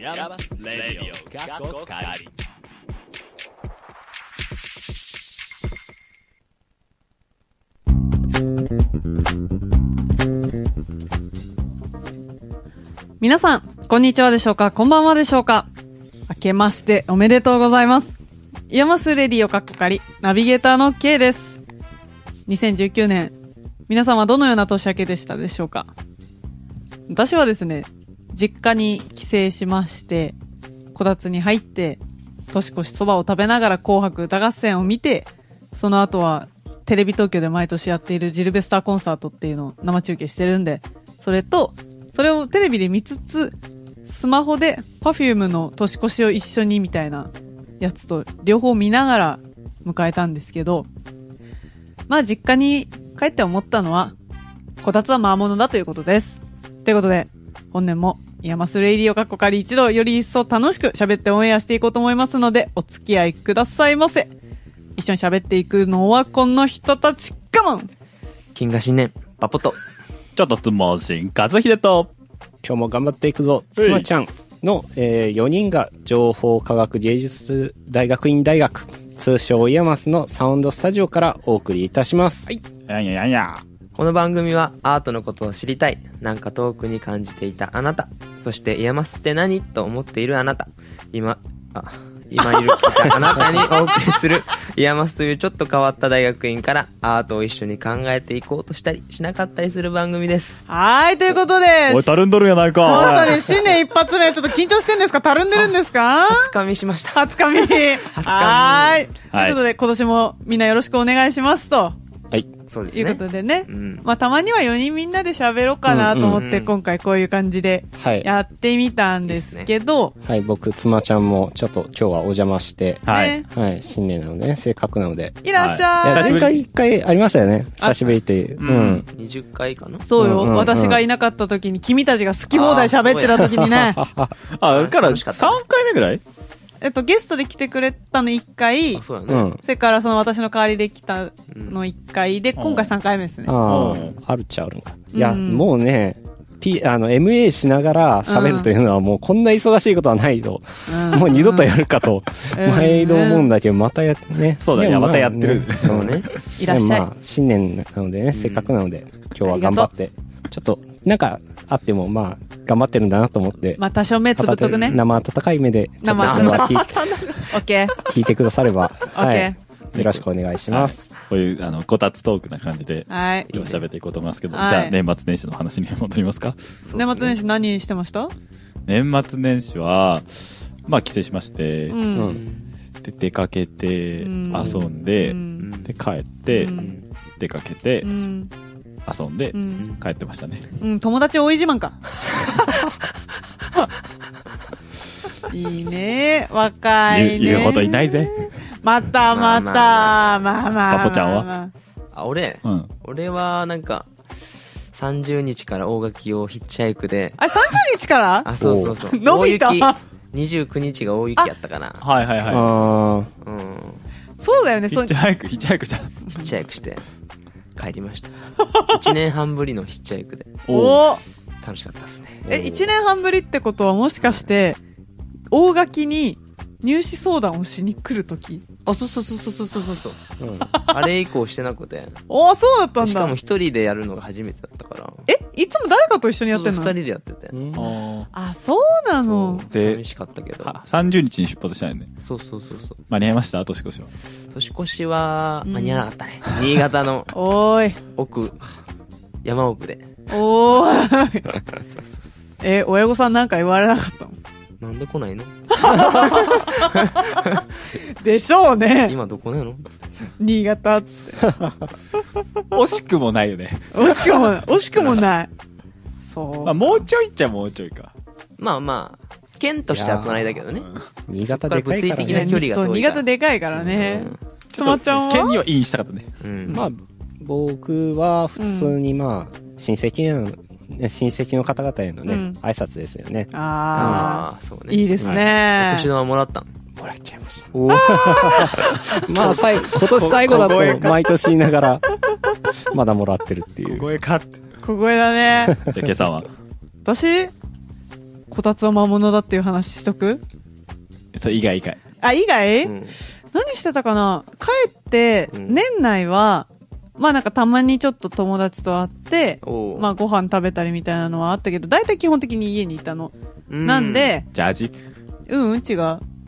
ヤマスレディオ過去仮皆さん、こんにちはでしょうかこんばんはでしょうか明けましておめでとうございます。イヤマスレディオカッコカリ、ナビゲーターの K です。2019年、皆さんはどのような年明けでしたでしょうか私はですね、実家に帰省しまして、こたつに入って、年越しそばを食べながら紅白歌合戦を見て、その後はテレビ東京で毎年やっているジルベスターコンサートっていうのを生中継してるんで、それと、それをテレビで見つつ、スマホで Perfume の年越しを一緒にみたいなやつと両方見ながら迎えたんですけど、まあ実家に帰って思ったのは、こたつは魔物だということです。ということで、本年も山スレイディオカッコカリ一度より一層楽しく喋ってオンエアしていこうと思いますので、お付き合いくださいませ。一緒に喋っていくのはこの人たちかも金河新年、パポと。ちょっとつもしんかずひでと今日も頑張っていくぞ、はいつまちゃんの、え4人が情報科学芸術大学院大学、通称イヤマスのサウンドスタジオからお送りいたします。はい。やんややんやこの番組はアートのことを知りたい、なんか遠くに感じていたあなた、そしてイヤマスって何と思っているあなた、今、あ、今いる記者あなたにお送りす る、イヤマスというちょっと変わった大学院からアートを一緒に考えていこうとしたり、しなかったりする番組です。はーい、ということで、おいたるんどるやないか本お当いに新年一発目、ちょっと緊張してんですかたるんでるんですかつかみしました。初み。はーい。ということで、今年もみんなよろしくお願いしますと。そうですいね。うことでね。うん。まあ、たまには4人みんなで喋ろうかなと思っうんうんて、うん今回こういう感じではい。やってみたんですけど、はい、僕、つまちゃんもちょっと今日はお邪魔して、はいねはい、新年なのでね、正確なので。いらっしいやゃ久しぶい。前り回一回ありましたよね。久しぶりという。ううんん。 20回かなそううよ、んうんうん私がいなかった時に君たちが好き放題喋ってた時にね、あだから楽しかった3回目ぐらいえっと、ゲストで来てくれたの1回あ、、そううやね。ん。それからその私の代わりで来たの1回で、うん今回3回目ですね。あうあん、あるっちゃあるんか。ういんや、もうね、P、あの、MA しながら喋るというのはもうこんな忙しいことはないと。うんもう二度とやるかと、うん毎度思うんだけど、またやっね。そうだねでもまたやってるねそそううね。ね。 いらっしゃでもい。まあ、新年なのでね、せっかくなので、今日は頑張って、ちょっと、なんか、あっても、まあ、頑張ってるんだなと思って、まあ、多少目つぶっと くね。生温かい目で、ちょっと生生聞い オッケー。聞いてくだされば、はい OK。よろしくお願いします。はいこういうあのこたつトークな感じではい。今日喋っていこうと思いますけど、はいじゃあ年末年始の話に戻りますかそうですね年末年始何してました年末年始はまあ帰省しまして、う。うんん。で出かけて遊うんんうで、ん。で帰って、うん出かけて、うん。遊んで、うん。帰ってましたねうん。友達多い自慢 か。いいね。若言いうね。言うほどいないぜ。またまた。ままあまあまあ。パポちゃんはあ、俺うん。俺はなんか30日から大垣をヒッチハイクであ、30日からあそうそうそうお伸大び雪た29日が大雪やったかなはいはいはあうんそうだよね。い。ヒそッうチハイク、ヒッチハイクじゃん。ヒッチハイクして帰りました1年半ぶりのヒッチハイクでおお。楽しかったですねえ、1年半ぶりってことはもしかして、大垣に入試相談をしに来るときあそうそうそうそうそうそうそうーうんあれ以降してなくておーそうだったんだ。しかも一人でやるのが初めてだったからえ、いつも誰かと一緒にやってんのそう二人でやっててああ、そうなのそうで寂しかったけどあ。30日に出発したよね。そうそうそうそう間に合いました年越しは。年越しはうん間に合わなかったね新潟のおーい。奥山奥でお ーい。え、親御さんなんか言われなかったのなんで来ない のでしょうね。今どこなの新潟っつって。惜しくもないよね。惜しく も、惜しくもない。そまあ、う。もうちょいっちゃもうちょいか。まあまあ、県としては隣だけどね。新潟でかいからそっから物理的なね。距離が遠いからそう、新潟でかいからね。つまちゃん県はにはインしたかったね。うん。まあ、僕は普通にまあ、親戚なの、ね親戚の方々へのね、うん挨拶ですよね。あああ、そうー。ね。いいですね。お年玉もらったん。もらっちゃいました。お まあ、最後、今年最後だここへと毎年言いながら、まだもらってるっていう。へかって。小声だね。じゃあ、今朝は。私、こたつは魔物だっていう話しとくそう、以外以外。あ、以外、うん何してたかな帰って、うん年内は、まあなんかたまにちょっと友達と会って、おうまあご飯食べたりみたいなのはあったけど、大体基本的に家にいたの。うなんで、ジャージうんうん、違う。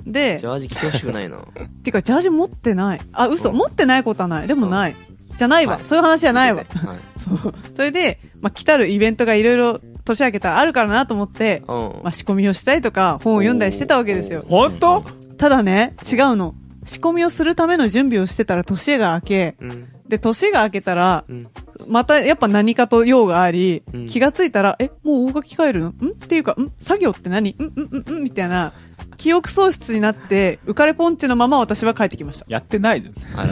でジ、ャージ着てほしくないなてかジャージ持ってない。あ、嘘、うん持ってないことはない。でもない。じゃないわ。はいそういう話 じゃないわ。はいそう。 それで、まあ来たるイベントがいろいろ年明けたらあるからなと思って、うんまあ仕込みをしたりとか、本を読んだりしてたわけですよ。本当ただね、違うの。仕込みをするための準備をしてたら年が明け、うんで、年が明けたら、うんまたやっぱ何かと用があり、うん気がついたら、え、もう大垣帰るのんっていうか、ん作業って何んんんんんみたいな、記憶喪失になって、浮かれポンチのまま私は帰ってきました。やってないじゃん。あ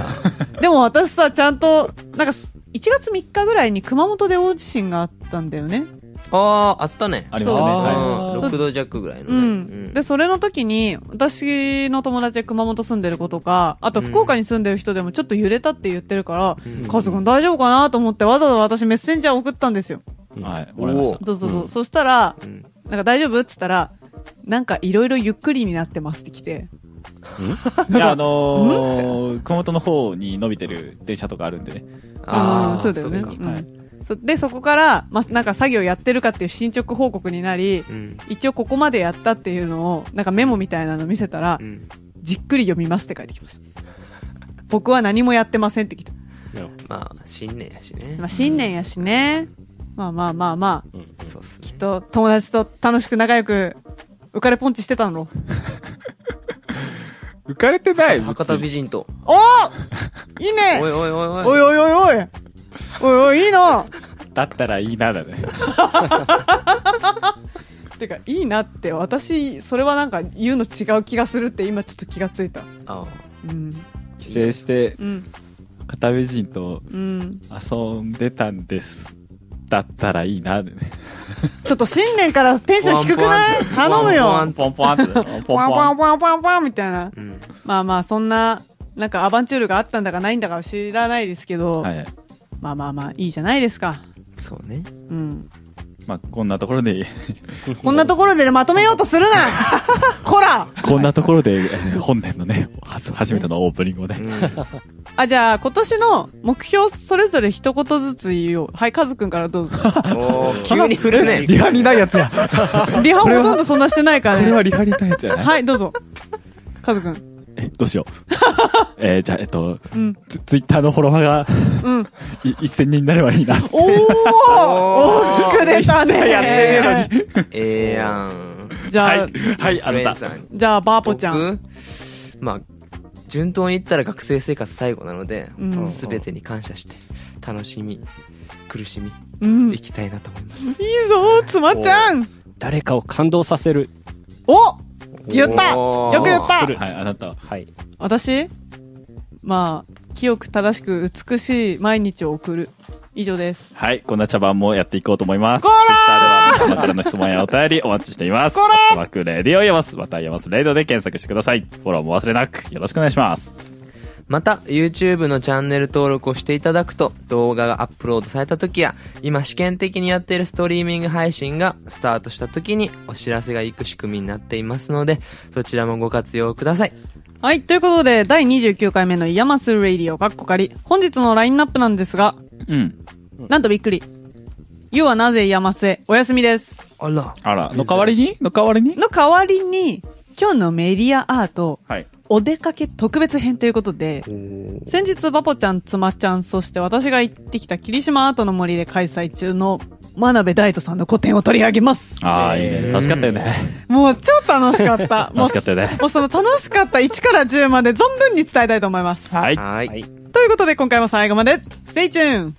らでも私さ、ちゃんと、なんか、1月3日ぐらいに熊本で大地震があったんだよね。あーあったねありましたね。そうはうんはい6度弱ぐらいのねううんん。で、それの時に、私の友達で熊本住んでる子とか、あとうん福岡に住んでる人でもちょっと揺れたって言ってるから、うんカズ君大丈夫かなと思ってわざわざ私メッセンジャー送ったんですよ。い。はい、おーもらいました。どうぞどうぞ。そしたら、うんなんか大丈夫っつったら、なんかいろいろゆっくりになってますって来て。じゃあ、あのー、熊本の方に伸びてる電車とかあるんでね。あーあ、そうだよね。そっうかかはいんそで、そこから、まあ、なんか作業やってるかっていう進捗報告になり、うん一応ここまでやったっていうのを、なんかメモみたいなの見せたらう、んじっくり読みますって書いてきました。僕は何もやってませんって来た。まあ新年やしねまあ、新年やしね。まあまあまあまあ、そうっすきねっと友達と楽しく仲良く、浮かれポンチしてたの。浮かれてない博多美人とおおいいねおいおいおいおいおいおいおいおいおいいいなだったらいいな、だね。てかいいなって私それはなんか言うの違う気がするって今ちょっと気がついたあうん帰省して、うん片目人とうん遊んでたんです。だったらいいな、だね。ちょっと新年からテンション低くないポワンポ頼ワンむポワよンポンポンって、ポンパポンパンパンパンパンみたいなーうんまあまあそんななんかアバンチュールがあったんだかないんだかは知らないですけど、ン。はい。まあまあまあいいじゃないですかそうねうんまあ、こんなところで、こんなところでまとめようとするなこら こんなところで、え ー本年のね、は初めてのオープニングをねう。んあじゃあ今年の目標それぞれ一言ずつ言おうはいカズくんからどうぞ お ー急に振るねリハにないやつや。リハほとんどそんなしてないから これはね。リハにないやつやね。はい、どうぞ。カズくん。え、どう しよう。えーじゃあ、えっと、うん。ツツイッターのフォロワーが うん。い1000人になればいいな。おーお大きく出たねやってねええやんえのに。じゃあ、はい。はい、あなた。にじゃあ、バーポちゃん。僕まあ順当に言ったら学生生活最後なので、うん全てに感謝して楽しみ苦しみうん。い生いきたいなと思います、ぞ、つまちゃん。誰かを感動させる。お言ったおーよく言ったはい、あなた。はい。私まあ、清く正しく美しい毎日を送る。以上です。はい、こんな茶番もやっていこうと思います。こらツイッターでは皆様からの質問やお便りお待ちしています。こらワクレディオヤマス、またヤマスレイドで検索してください。フォローも忘れなくよろしくお願いします。また YouTube のチャンネル登録をしていただくと動画がアップロードされた時や今試験的にやっているストリーミング配信がスタートした時にお知らせがいく仕組みになっていますのでそちらもご活用くださいはい、ということで、第29回目のイヤマスレイディオ、カッコ仮。本日のラインナップなんですが、うん。なんとびっくり。ゆうはなぜイヤマスへ、お休みです。あらあら、の代わりにの代わりにの代わりに、今日のメディアアート、はい。お出かけ特別編ということで、先日、バポちゃん、つまちゃん、そして私が行ってきた霧島アートの森で開催中の、真鍋大斗さんの個展を取り上げます。ああ、いいね。楽しかったよね。もう超楽しかった。もう 楽しかったよねもうその楽しかった1から10まで存分に伝えたいと思います。はい。はいはいということで、今回も最後まで、ステイチューン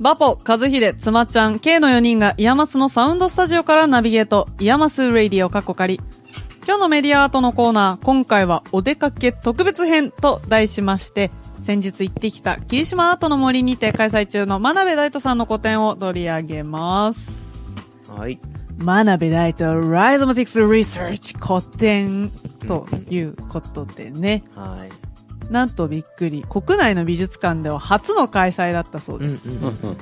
バポ、カズヒデ、つまちゃん、K の4人がイヤマスのサウンドスタジオからナビゲート、イヤマスレイディオカッコ仮。今日今日のメディアアートのコーナー、今回はお出かけ特別編と題しまして、先日行ってきた霧島アートの森にて開催中の真鍋大斗さんの個展を取り上げます。はい。真鍋大斗ライゾマティクスリサーチ個展ということでね、はい。なんとびっくり、国内の美術館では初の開催だったそううでんす。うん。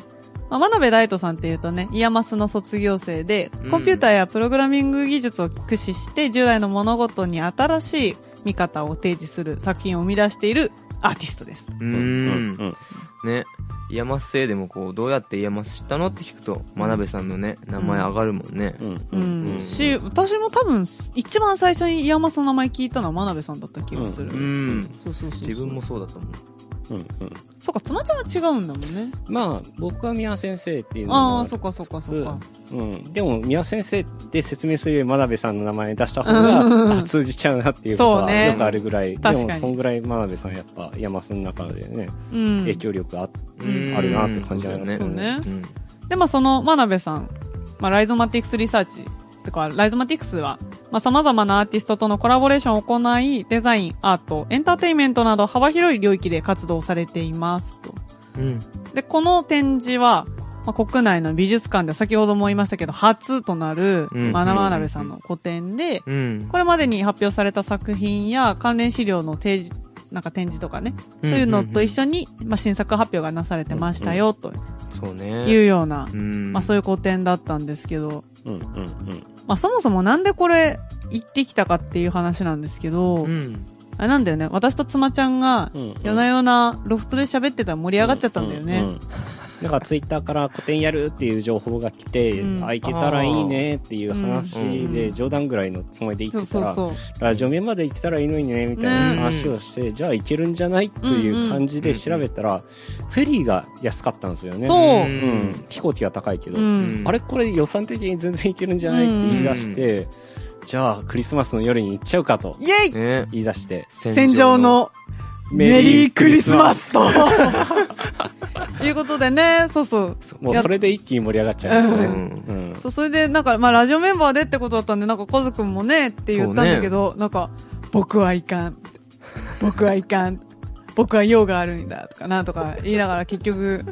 まあ、真鍋大斗さんっていうとね、イヤマスの卒業生でう、んコンピューターやプログラミング技術を駆使して、従来の物事に新しい見方を提示する作品を生み出しているアーティストです。う。うんうんね。イヤマス生でもこう、どうやってイヤマス知ったのって聞くと、真鍋さんのね、名前上がるもんね。うんう。うんうんし、私も多分、一番最初にイヤマスの名前聞いたのは真鍋さんだった気がする。うん。そうそうそうそう。自分も。そうだと思う。うんうんそうか、つまちゃんは違うんだもんね。まあ僕は宮先生っていうのもああ、るそっかそっかそっか。うん、でも宮先生って説明するより真鍋さんの名前出した方があ通じちゃうなっていうことそうはねよくあるぐらい、で確かもにそんぐらい真鍋さんやっぱ山洲の中でね、うん。影響力あってうんあるなって感じありますよそうね。ねう。んで、まあ、その、真鍋さん、まあ、ライゾマティクスリサーチ、とか、ライゾマティクスは、まあ、様々なアーティストとのコラボレーションを行い、デザイン、アート、エンターテインメントなど幅広い領域で活動されていますと。うん。で、この展示は、まあ、国内の美術館で先ほども言いましたけど、初となる、うんまあ、真鍋さんの個展で、うん。これまでに発表された作品や関連資料の提示、なんか展示とかね、そういうのと一緒に、まあ、新作発表がなされてましたよ、とそういね。うようなうん。まあそういう個展だったんですけど、うんうんうんまあそもそもなんでこれ行ってきたかっていう話なんですけど、うん。あれなんだよね、私と妻ちゃんがうんうん夜な夜なロフトで喋ってたら盛り上がっちゃったんだよううね。んなんかツイッターから個展やるっていう情報が来て、うんあ、行けたらいいねっていう話うで、ん冗談ぐらいのつもりで行そっうてたそうら、そう。ラジオ面まで行けたらいいのにねみたいな話をして、じゃあ行けるんじゃないという感じで調べたら、フェリーが安かったんですよねそうう、ん、飛行機は高いけど、うん。あれこれ予算的に全然行けるんじゃないって言い出して、じゃあクリスマスの夜に行っちゃうかとイェイね。言い出して戦場のメリークリスマスということでね、そうそう。もうそれで一気に盛り上がっちゃいましたね、ううんそう、それで、なんか、まあ、ラジオメンバーでってことだったんで、なんか、コズくんもね、って言ったんだけど、なんか、僕はいかん。僕はいかん。僕は用があるんだ、とか、なんとか言いながら、結局、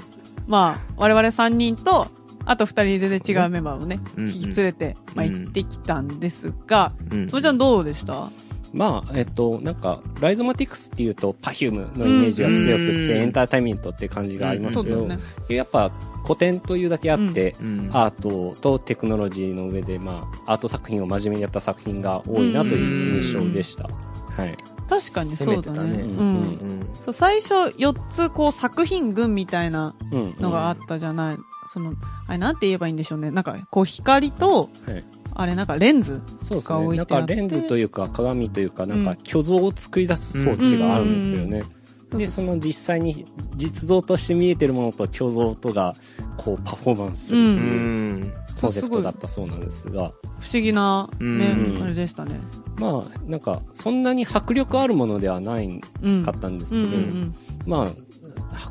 まあ、我々3人と、あと2人で全然違うメンバーをね、うん引き連れて、まあ、うん行ってきたんですが、うんつもちゃんどうでしたまあえっとなんかライゾマティクスっていうと Perfume のイメージが強くって、うんエンターテインメントって感じがありまそすけうだど、よね。やっぱ古典というだけあって、うんアートとテクノロジーの上で、まあ、アート作品を真面目にやった作品が多いなという印象でした。はい。確かにそうだ攻ね。めてねたううんん。うん。そう、最初、4つ、こう、作品群みたいな、うん、うん。のがあったじゃない、そのあれなんて言えばいいんでしょうねなんかこう光とはいあれなんかレンズそうですが置ね。いてあなっんてかレンズというか鏡というか、なんか虚像を作り出す装置があるんですよね。うんで、その実際に実像として見えてるものと虚像とが、こう、パフォーマンスするううん。コンセプトだったそうなんですが、不思議なね、うんあれでしたねまあ、なんか、そんなに迫力あるものではないうんかったんですうけんど、うんまあ、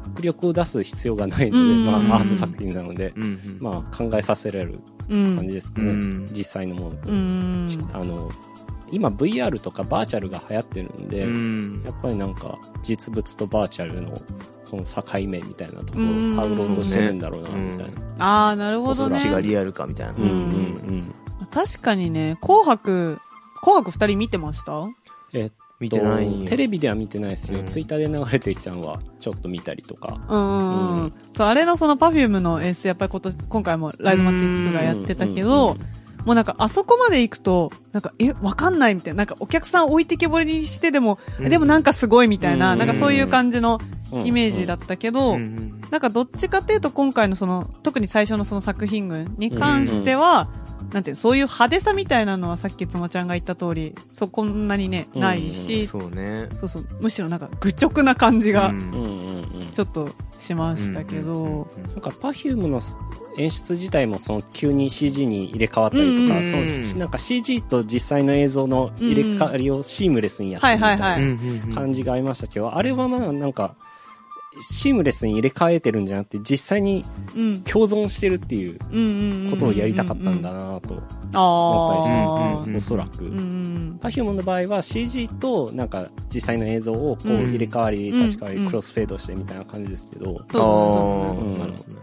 迫力を出す必要がないので、うんまあ、アート作品なので、うん。まあ、考えさせられるうんうん感じですかね、うん実際のものと、うんあの今 VR とかバーチャルが流行ってるんで、うんやっぱりなんか実物とバーチャルのその境目みたいなとこうろんを探ろうとしてるんだろうなみたいな、ああなるほどどねっちがリアルかみたいな。うんん、ううんんうんうん確かにね紅白紅白二人見てましたえっと見てないテレビでは見てないですけど、うんツイッターで流れてきたのはちょっと見たりとかうんうんううんんそうあれのその Perfume の演出やっぱり今年今回もライズマティックスがやってたけど、うんうんもうなんかあそこまで行くとなんかえわかんないみたいななんかお客さん置いてけぼりにしてでも、うんでもなんかすごいみたいな、うんなんかそういう感じのうんイメージだったけど、うんなんかどっちかっていうと今回のその特に最初のその作品群に関しては、なんていうのそういう派手さみたいなのはさっきつまちゃんが言った通りそこんなにねうんないし、そうね。そうそうむしろなんか愚直な感じがうんうんうんちょっとしましたけど、なんか Perfume の演出自体もその急に CG に入れ替わったりとか、うんそのしなんか CG と実際の映像の入れ替わりをシームレスにやってるみたいはいはいはいな感じがありましたけど、あれはまあなんかシームレスに入れ替えてるんじゃなくて、実際にうん。共存してるっていううんうんうん。ことをやりたかったんだなと思ったりしあますあうねんおそらく。うんうん。 Perfume の場合は CG となんか実際の映像をこううん入れ替わりうん立ち替わうりんクロスフェードしてみたいな感じですけど、そうですねうそうであーんなるほどねすね。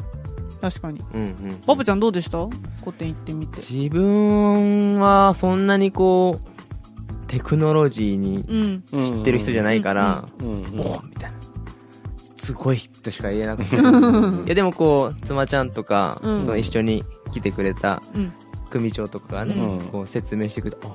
確かに。うんうんバブちゃんどうでした古典行ってみて。自分はそんなにこうテクノロジーにうん。知ってる人じゃない、ないから、うんうんおーみたいなすごいとしか言えなくていやでもこう妻ちゃんとか、うんその一緒に来てくれたうん。組長とかがね、うんこう説明してくれてあ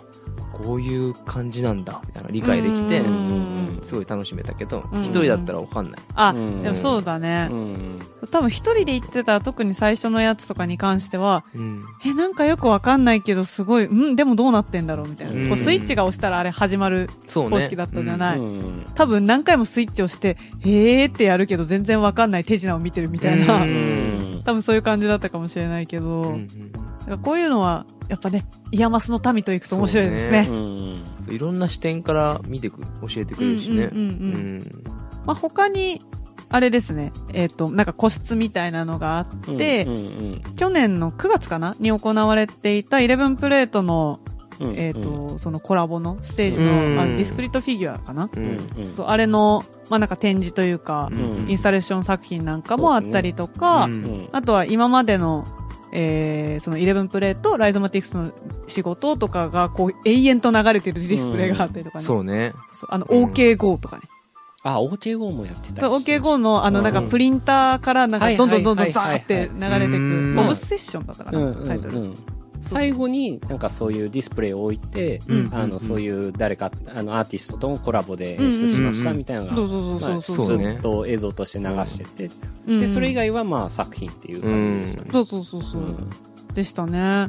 こういう感じなんだみたいな理解できて、うんうんすごい楽しめたけど一、うん人だったらわかんない、あ、うんでもそうだねう。ん多分一人で行ってた特に最初のやつとかに関しては、うんえ、なんかよくわかんないけど、すごい、うん、でもどうなってんだろうみたいな。うんこうスイッチが押したらあれ始まる。そうね公式だったじゃないうん多分何回もスイッチ押して、へーってやるけど全然わかんない手品を見てるみたいな。うん多分そういう感じだったかもしれないけど、うんうんだからこういうのは、やっぱね、イヤマスの民と行くと面白いですね。うそんそういろんな視点から見てく教えてくれるしねうんうんうんうんうんまあ、他に、あれですね、えっ、と、なんか個室みたいなのがあって、うんうん去年の9月かなに行われていた11プレートの、うんえっ、と、そのコラボのステージの、うんまあ、ディスクリートフィギュアかな、ううんんそう、あれの、まあ、なんか展示というか、うんインスタレーション作品なんかもあったりとか、うんうんあとは今までの、えー、その11プレイとライゾマティクスの仕事とかが、こう、永遠と流れてるディスプレイがあったりとかね。そうねそうあの、うん OK-GO とかね。あ OKGO もやってたりして OK-GO の、あの、なんかプリンターから、なんか、はいどんどんどんどはんいザーって流れてうく、んオブセッションだったかうんな、うんタイトル。うん最後になんかそういうディスプレイを置いて、うんあのそういう誰かあのアーティストともコラボで演出しましたみたいなのが、そうそうそうそう。ずそうねっと映像として流してて、うんでそれ以外はまあ作品っていう感じでしたね。。そうそうそうそううんでしたね。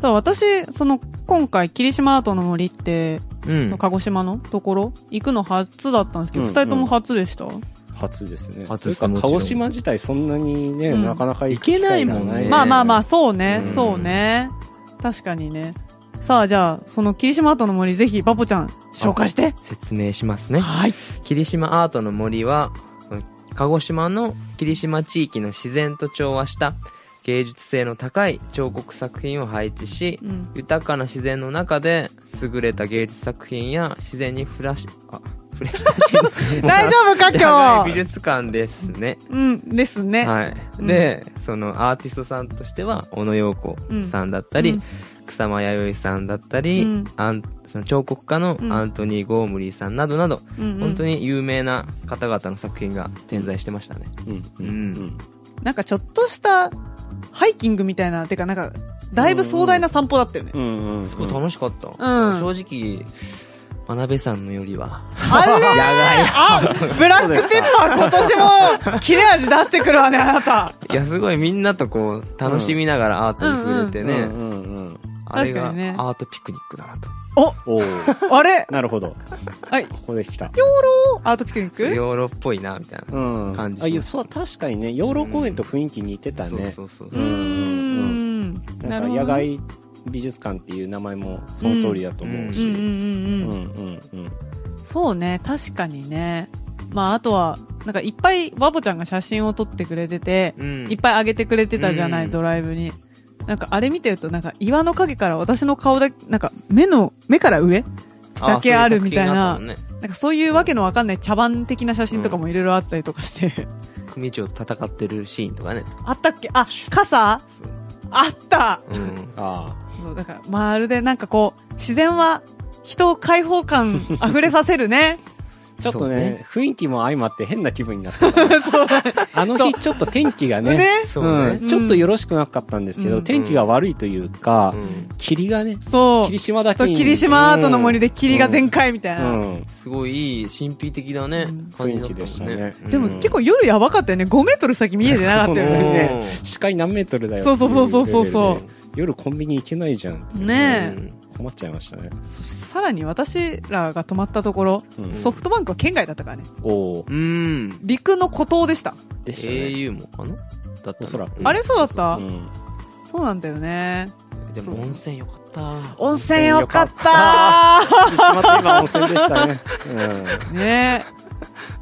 ただ私、その、今回、霧島アートの森って、うん鹿児島のところ、行くの初だったんですけど、う二ん人とも初でした初ですね。初とでいうすねかもち鹿ろん児島自体そんなにね、うんなかなか行く行けない機会がもんねまあまあまあ、そうね、うんそうね。確かにね。さあ、じゃあ、その霧島アートの森、ぜひ、バポちゃん、紹介して。説明しますねはい。霧島アートの森はその鹿児島の霧島地域の自然と調和した芸術性の高い彫刻作品を配置し、 うん。豊かな自然の中で優れた芸術作品や自然にフラしあフレッシュ し大丈夫か、野今外美日。術館ですねうん、ですね。はい、うんでそのアーティストさんとしては小野陽子さんだったり、うん草間彌生さんだったり、うんあんその彫刻家のうんアントニー・ゴームリーさんなどなど、うんうん本当に有名な方々の作品が点在してましたね、うんうんうんなんか、ちょっとした、ハイキングみたいな、てか、なんか、だいぶ壮大な散歩だったよね。うんうんうんすごい楽しかった、ん正直真鍋さんのよりはあれあブラックペッパー今年も、切れ味出してくるわね、あなた。いやすごいみんなとこう楽しみながらアートに触れてね、うんうんうんあれ確かがアにねートピクニックだなとお、おお。 あれなるほど。はい。ここで来た。アートピクニックヨーロっぽいなみたいな、うん。感じしますあいやそう確かにね、養老公園と雰囲気似てたね。そうそうそうーうそう、ん。なんかるほどね野外美術館っていう名前もその通りだと思ううんうんし。うんううんん。うんうん。そうね、確かにね。まあ、あとは、なんかいっぱい、バボちゃんが写真を撮ってくれてて、うんいっぱい上げてくれてたじゃない、うんドライブに。なんかあれ見てると、なんか岩の影から私の顔だけ、なんか目の、目から上だけあるみたいなあそうう作品があったもんねなんかそういうわけのわかんない茶番的な写真とかもいろいろあったりとかして。組長と戦ってるシーンとかね。あったっけあ、傘あったうん。あそう、だから、まるでなんかこう、自然は人を開放感溢れさせるね。あ。ちょっそとうねね、雰囲気も相まって変な気分になったから。 そうだね。あの日ちょっと天気がね、ね そうねうんちょっとよろしくなかったんですけど、うん天気が悪いというか、うん霧がね、そう。霧島だけそう、に。霧島アートの森で霧が全全開みたいうんな。うんすごいいい神秘的なねうん、感じだ雰囲気でしたもんねね。うんでも結構夜やばかったよね。5メートル先見えてなかったよ本当にね。ね視界何メートルだよそうそうそうそうそうそうっていレベルで夜コンビニ行けないじゃんっていうねえ。困っちゃいましたねそさらに私らが泊まったところ、うんソフトバンクは県外だったからね。おおうん。うん。陸の孤島でした。でしたね、 au もかなだったおそらくうんあれそうだったうんそうなんだよね。でも温泉よかった。温泉よかったしまった今温泉でしたね、ね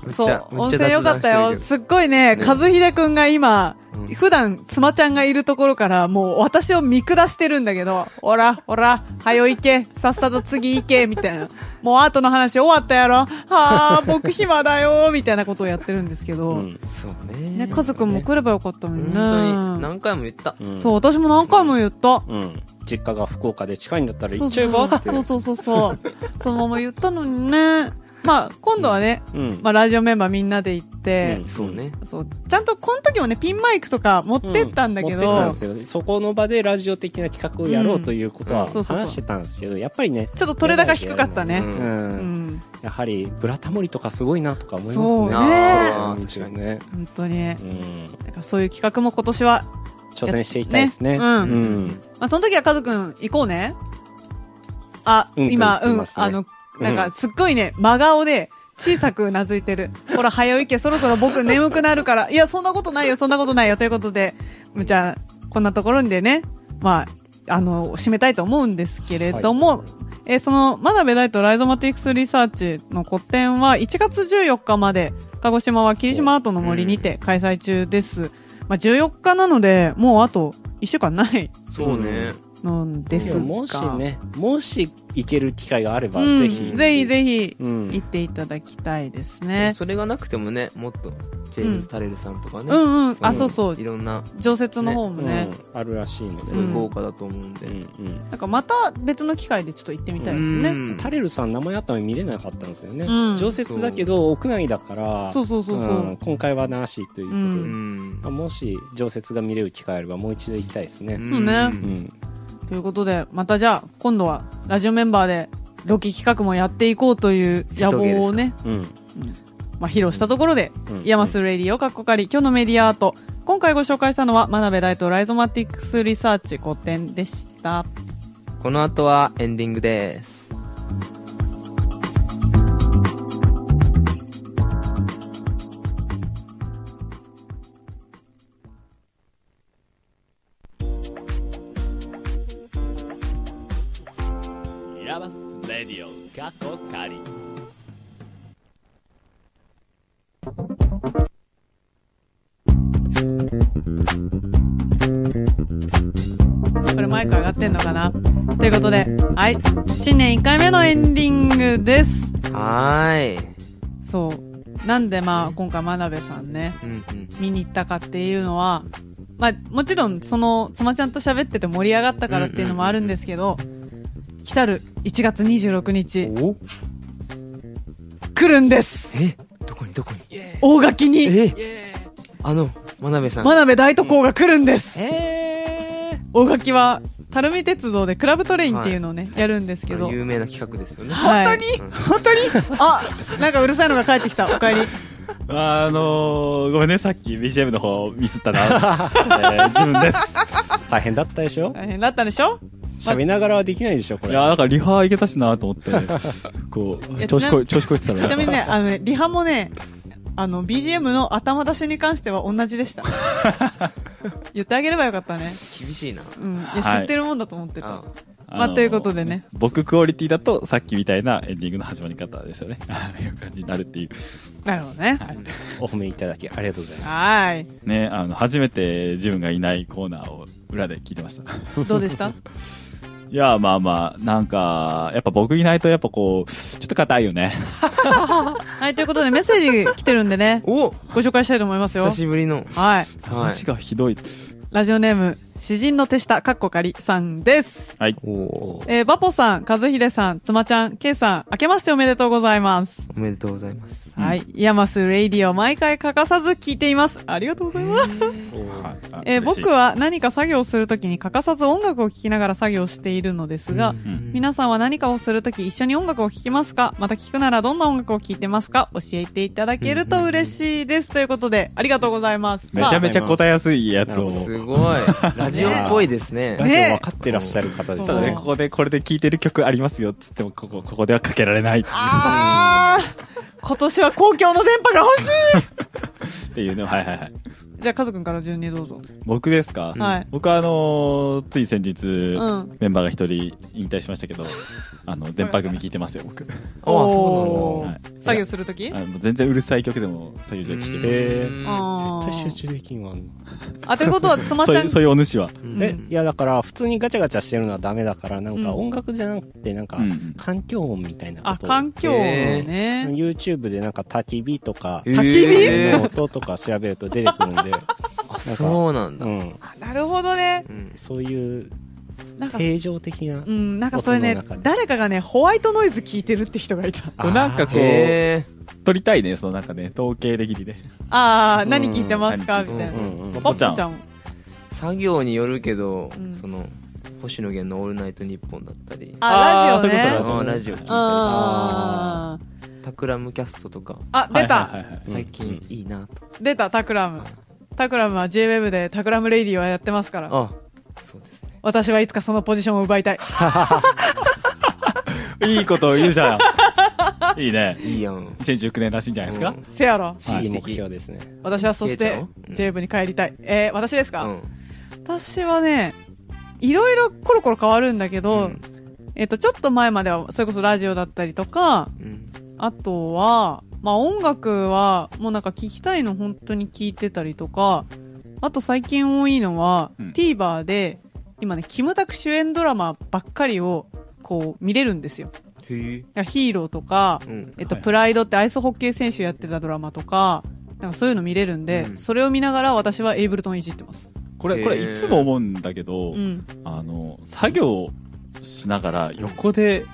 めっちそゃう、めっ音ちゃ声良かっ雑談してたるよ。けどすっごいね、ね和秀くんが今、うん普段、妻ちゃんがいるところから、もう私を見下してるんだけど、おら、おら、はよ行け、さっさと次行け、みたいな。もうアートの話終わったやろ。はあ、僕暇だよ、みたいなことをやってるんですけど、うんそうね。ね、家族も来ればよかったのに本ね。当に何回も言った。うんそう、私も何回も言った。うん実家が福岡で近いんだったら行そっうちゃそえばうってそうそうそうそう。そのまま言ったのにね。まあ、今度はね、うんまあ、ラジオメンバーみんなで行って、うんそうね。そう。ちゃんとこの時もね、ピンマイクとか持ってったんだけ持ど、ってたんですよそこの場でラジオ的な企画をやろうということうはんそうそうそう話してたんですけどやっぱりねちょっと取れ高低かったう。ね。うんうんん。やはり「ブラタモリ」とかすごいなとか思いまそうすねねあうんー確かにね。本当に。なんうんかそういう企画も今年は。挑戦していきたいですねねうんうんまあ、その時はカズくん行こうね。あ、うん今、と言ってうん、ますねあの、なんかすっごいね、真顔で、小さくうなずいてる。 ほら、早いけ、そろそろ僕眠くなるから。いや、そんなことないよ、そんなことないよ。ということで、じゃあ、こんなところでね、まあ、あの、締めたいと思うんですけれども、えーその、マナベダイとライゾマティクスリサーチの個展は1月14日まで、鹿児島は霧島アートの森にて開催中です。まあ、14日なので、もうあと1週間ないそうね。のですが。もしねもし行ける機会があればうん、ぜひぜひぜひ、うん行っていただきたいですね。それがなくてもね、もっと、ジェームズ・タレルさんとかね。うんうん。あ、んそうそうい。ろんな、常設の方もね。うんあるらしいのすでごいん豪華だと思うんで。うんうんなんかまた別の機会でちょっと行ってみたいですうね。んタレルさん名前あったのに見れなかったんですよね、うん常設だけど屋内だからそうそうそうそううん今回はなしということで、ううんまあもし常設が見れる機会あればもう一度行きたいですね、うねうんということで、またじゃあ、今度はラジオメンバーでロキ企画もやっていこうという野望をね、うんまあ、披露したところで、うんイヤマスレディをかっこかり、今日のメディアアート。今回ご紹介したのは、真鍋大とライゾマティクスリサーチ5点でした。この後はエンディングです。ヤバスレディオ過去仮これマイク上がってんのかなということで、はい。新年1回目のエンディングです。はーい。そう。なんでまあ、今回真鍋さんね、うんうん。見に行ったかっていうのは、まあ、もちろん、その、妻ちゃんと喋ってて盛り上がったからっていうのもあるんですけど、来たる1月26日、お来るんですえどこにどこに大垣に、えあの、真鍋さん。真鍋大都校が来るんですえ大垣は、垂水鉄道でクラブトレインっていうのをね、やるんですけーど。有名な企画ですよね。本当にうん本当にあ、なんかうるさいのが帰ってきた。お帰り。あのー、ごめんね、さっき BGM の方ミスった な。えー自分です。大変だったでしょ大変だったでしょ喋りながらはできないでしょこいれや、なんかリハー行けたしなと思 って、こいやう、調子こい、調子こいてたちなみにら。ね、あのね、リハもね、あの、BGM の頭出しに関しては同じでした。言ってあげればよかったね。厳しいな。うん。いや、はい知ってるもんだと思ってた。あまあということでね。僕クオリティだと、さっきみたいなエンディングの始まり方ですよね。ああいう感じになるっていう。なるほどね。お褒めいただきありがとうございまはね、あの、初めて自分がいないコーナーを裏で聞いてました。 ーい。どうでしたいや、まあまあ、なんか、やっぱ僕いないと、やっぱこう、ちょっと硬いよね。はい、ということでメッセージ来てるんでね、おご紹介したいと思いますよ久。しぶりの。はい。はい話がひどい。ラジオネーム、詩人の手下、かっこかりさんです。はい。おおえー、バポさん、和秀さん、つまちゃん、けいさん、明けましておめでとうございます。おめでとうございます。はい。イヤマスレイディを毎回欠かさず聞いています。ありがとうございまはす。いあえー嬉しい僕は何か作業をするときに欠かさず音楽を聴きながら作業しているのですが、ん皆さんは何かをするとき一緒に音楽を聴きますかまた聴くならどんな音楽を聴いてますか教えていただけると嬉しいです。ということで、ありがとうございます。めちゃめちゃ答えやすいやつを。すごい。ラジオっぽいですねすラ。ジオ分かってらっしゃる方でたすだそうね、ここで、これで聴いてる曲ありますよ、つっても、ここ、ここではかけられないっあー今年は公共の電波が欲しいていうの、はいはいはい。じゃあ、カズくんから順にどうぞ。僕ですか、はい僕はあのーつい先日、んメンバーが一人引退しましたけど、あの、電波組聞いてますよ、僕。ああ、そうおはーい作業するときあの全然うるさい曲でも作業じゃ聞ける。えうんあ絶ー対集中できんわあんなあ、ということは、つまちそうゃいんう、、そういうお主は。うんえいやだから普通にガチャガチャしてるのはダメだからなんかうん音楽じゃなくてなんかうんうん環境音みたいなあ、ことを、環境音ね。 YouTube でなんか焚き火とか、えー焚き火ええのー音とか調べると出てくるんで、あそうなんだう。ん、あなるほどね。うんそういうなんか、平常的なう。ん、なんかそれね音の中、に誰かがね、ホワイトノイズ聞いてるって人がいた。あなんかこう、へ撮りたいね、そのなんかね、統計的にね。ああ、うん何聞いてますかみ何たいなう。んうんポポッップちゃんちゃん。ー作業によるけどうん、その、星野源のオールナイトニッポンだったり、ああ、ラージそオういうねこ。とだあーラジオ聞いたあーりし、タクラムキャストとか、あ、 はい出はいた。はいはい最近いいなと。出た、タクラム。タクラムは JWEB でタクラムレイディはやってますから。あ、そうですね。私はいつかそのポジションを奪いたい。いいことを言うじゃん。いいね。いいやん。 2019年らしいんじゃないですかう。んせやろ。いい目標ですね。私はそしケイてちゃんはうん JWEB に帰りたい。えー、私ですうかん私はね、いろいろコロコロ変わるんだけうどん、えっと、ちょっと前までは、それこそラジオだったりとか、うん。あとは、まあ音楽は、もうなんか聞きたいの本当に聞いてたりとか、あと最近多いのは、うん TVer で、今ね、キムタク主演ドラマばっかりを、こう、見れるんですよ。へえ。だからヒーローとか、うん。えっと、はいプライドってアイスホッケー選手やってたドラマとか、なんかそういうの見れるんで、うんそれを見ながら私はエイブルトンいじってます。これ、こへーれいつも思うんだけどう、ん。あの、作業しながら横で、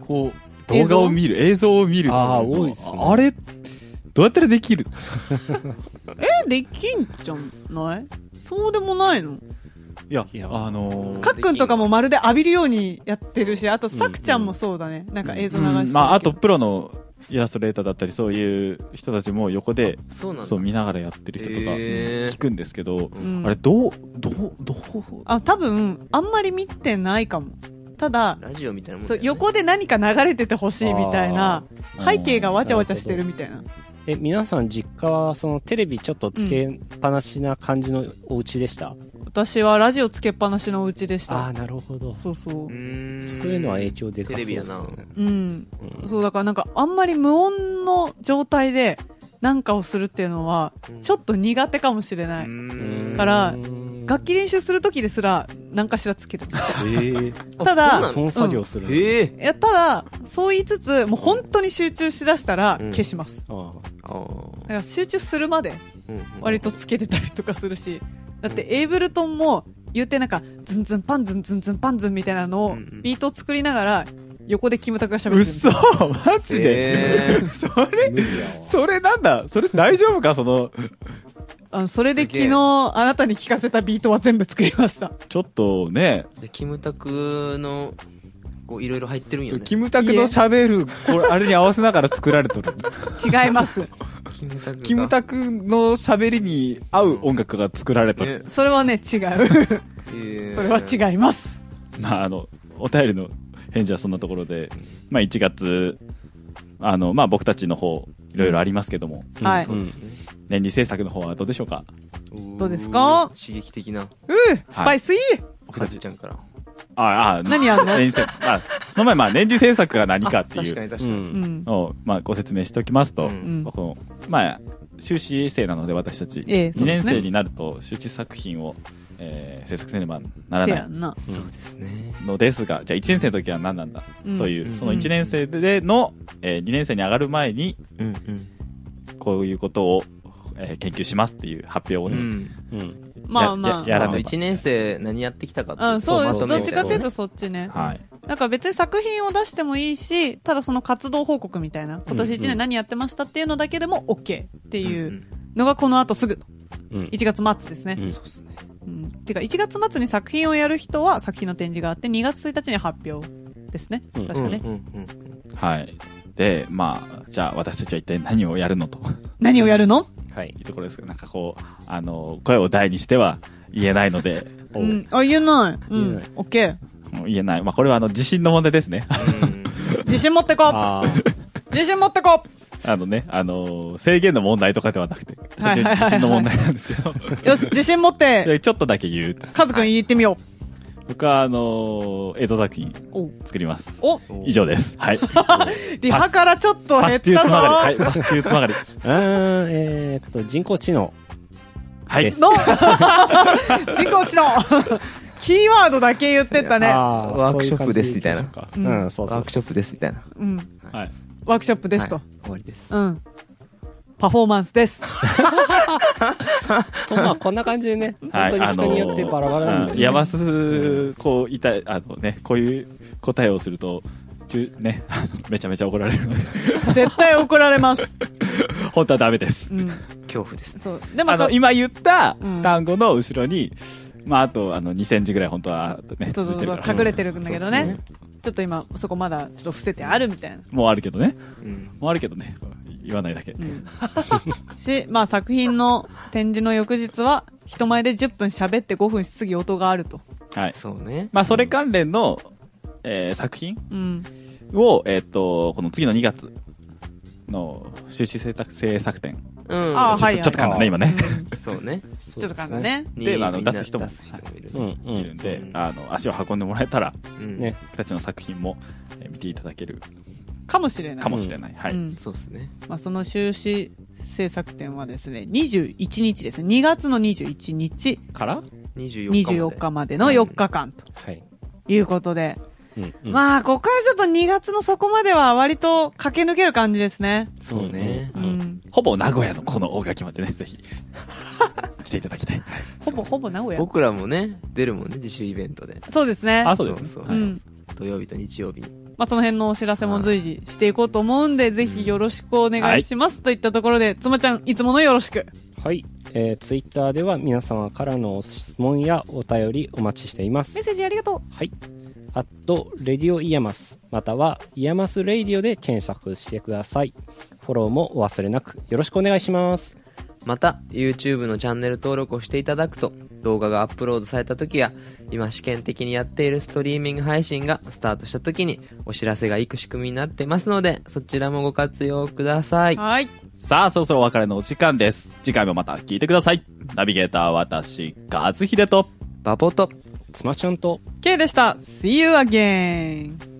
こう、動画を見る、映像を見る。あー多いっすねあれ、どうやったらできるえ、できんじゃないそうでもないのいやいや、あのー、かっくんとかもまるで浴びるようにやってるし、あとさくちゃんもそうだね。なんか映像流してるけどうんまあ、あと、プロのイラストレーターだったり、そういう人たちも横で、そうなんだ。そう見ながらやってる人とかへー聞くんですけど、うんあれ、どう、どう、どう、あ、多分、あんまり見てないかも。ただ、ラジオみたいなもんだそうよ、ね。横で何か流れててほしいみたいな、あー背景がわちゃわちゃしてるみたいな。え、皆さん実家はそのテレビちょっとつけっぱなしな感じのお家でした、私はラジオつけっぱなしのお家でしああ、た。なるほど。そそうそううう。ーん。ういうのは影響でかそうですよね。テレビやうん。うんそう、だからなんか、あんまり無音の状態で何かをするっていうのはう、んちょっと苦手かもしれなうい。ーん。だからうん楽器練習するときですら、何かしらつけてる。えただー、あそうなのトン作業するの、へえ。いや、ただ、そう言いつつ、もう本当に集中しだしたら、うん消します。あああーだから集中するまで、うん割とつけてたりとかするし、だってエイブルトンも言ってなんか、ズンズンパンズンズンズンパンズンみたいなのうをんうん、ビートを作りながら、横でキムタクが喋ってる。うっそマジで、へそ無理れ、やわそれなんだそれ大丈夫かその、あのそれですげえ昨日、あなたに聞かせたビートは全部作りました。ちょっとね、でキムタクのこういろいろ入ってるんよそうねキムタクの喋る、これ、あれに合わせながら作られとる。違います。キムタクがキムタクの喋りに合う音楽が作られとる。ねそれはね、違う。えーそれは違います。まあ、あの、お便りの返事はそんなところで、まあ、1月、あの、まあ、僕たちの方、いろいろありますけども、はいうんうん年利制作の方はどうでしょうかうどうですか刺激的なうースパイスいい、僕カたズちち。ゃんからああ、何やんの年次制あ、その前、まあ、年次制作が何かってい確かうに確うかに、うんん。のを、まあ、ご説明しておきますと、うんうんまあこの、まあ、修士生なので私たち、ええ2そうですね年生になると修士作品を、えー制作せねばならせなやいんな。そうですねのですが、じゃあ1年生の時は何なんだうんという、うんその1年生での、え2年生に上がる前に、うんこういうことを、えー研究しますっていう発表をうんうね、んうん。まあまあ。やらねば1年生何やってきたかっていうん、そうで。ますとどめっちかというみとそっちね。はい。なんか別に作品を出してもいいし、ただその活動報告みたいな、今年1年何やってましたっていうのだけでも OK ってたいないううんのがこの後すぐ、うん。 1月末ですうねん。そうですねうん。てか1月末に作品をやる人は作品の展示があって、2月1日に発表ですね。うん確かね。うんうんはい。で、まあ、じゃあ私たちは一体何をやるのと何をやるのはい。いうところですけど、なんかこう、あの、声を大にしては言えないので、おうん。あ、言えない。う言えんない。 OK。もう言えない。まあ、これはあの、自信の問題ですね。 うん自信持ってこああ。自信持ってこあのね、あのー制限の問題とかではなくて、はいはいはいは自信いの問題なんですけど、 よし、自信持って、でちょっとだけ言うと。カズくん言ってみよう。僕は、あのー映像作品お作ります。お以上です。 はい。リハからちょっとパ減っスティーたつながり。はぞい、パスティーつながり。うーん、えーっと、人工知能。はい。の 自己知能 キーワードだけ言ってったね。あワーそうクいシうョッ感プじでですいみきたいまなしょうか。みたいなうん、そうそうワークショップですみたいな。うん。はい。ワークショップですとはい。終わりです。うん。パフォーマン スです。と、まあ、こんな感じでね、は本い当に人によってバラバラなんで、うん山須、こう、いた、あのね、こういう答えをすると、ちゅね、 あのめちゃめちゃ怒られるので、絶対怒られます。本当はダメですう。ん。恐怖です。そう。でもあの、こ、今言ったうん単語の後ろに、まあ、あと、あの、2センチぐらい本当はね、そ続ういそうてそるうか、ら。隠れてるんだけどそうねで。ちょっと今、そこまだ、ちょっと伏せてあるみたいな。もうあるけどね。うん。もうあるけどね。言わないだけ。うん。し、まあ作品の展示の翌日は、人前で10分喋って5分質疑応答があると。はい。そうね。まあ、それ関連の、えー作品うん。を、えっ、と、この次の2月の出資制作制作展。うん。あーちょはっいとちょっと噛んだね、今ね。そうね。ちょっとかんだ。ね。であのみんな出す人も出す人もいるう。ん、ういるんん。で、うんあの、足を運んでもらえたら、うんね。僕たちの作品もえー見ていただけるかもしれない。かもしれない。はい。うん。そうですね。まあその収支制作展はですね、21日ですね。2月の21日、から24日まで。 24日までの4日間とはい。いうことで。うん、うん。まあ、ここからちょっと2月のそこまでは割と駆け抜ける感じですね。そうねう。んん。ほぼ名古屋のこの大垣までね、ぜ ひ、来ていただきたい。はいほぼほぼ名古屋。僕らもね、出るもんね、自主イベントで。そうですね。あ、そうです。そううそう。ん。土曜日と日曜日に。まあ、その辺のお知らせも随時していこうと思うんで、ぜひよろしくお願いします。といったところで、つまちゃん、いつものよろしく。はい。えー、ツイッターでは皆様からの質問やお便りお待ちしていますメッ。セージありがとう。はい。アット、レディオイヤマス、または、イヤマスレディオで検索してください。フォローもお忘れなく、よろしくお願いします。また、YouTube のチャンネル登録をしていただくと、動画がアップロードされた時や、今試験的にやっているストリーミング配信がスタートした時に、お知らせがいく仕組みになってますので、そちらもご活用ください。はい。さあ、そろそろお別れのお時間です。次回もまた聞いてください。ナビゲーター私、ガズヒデと、バポと、つまちゃんと、 K でした。See you again!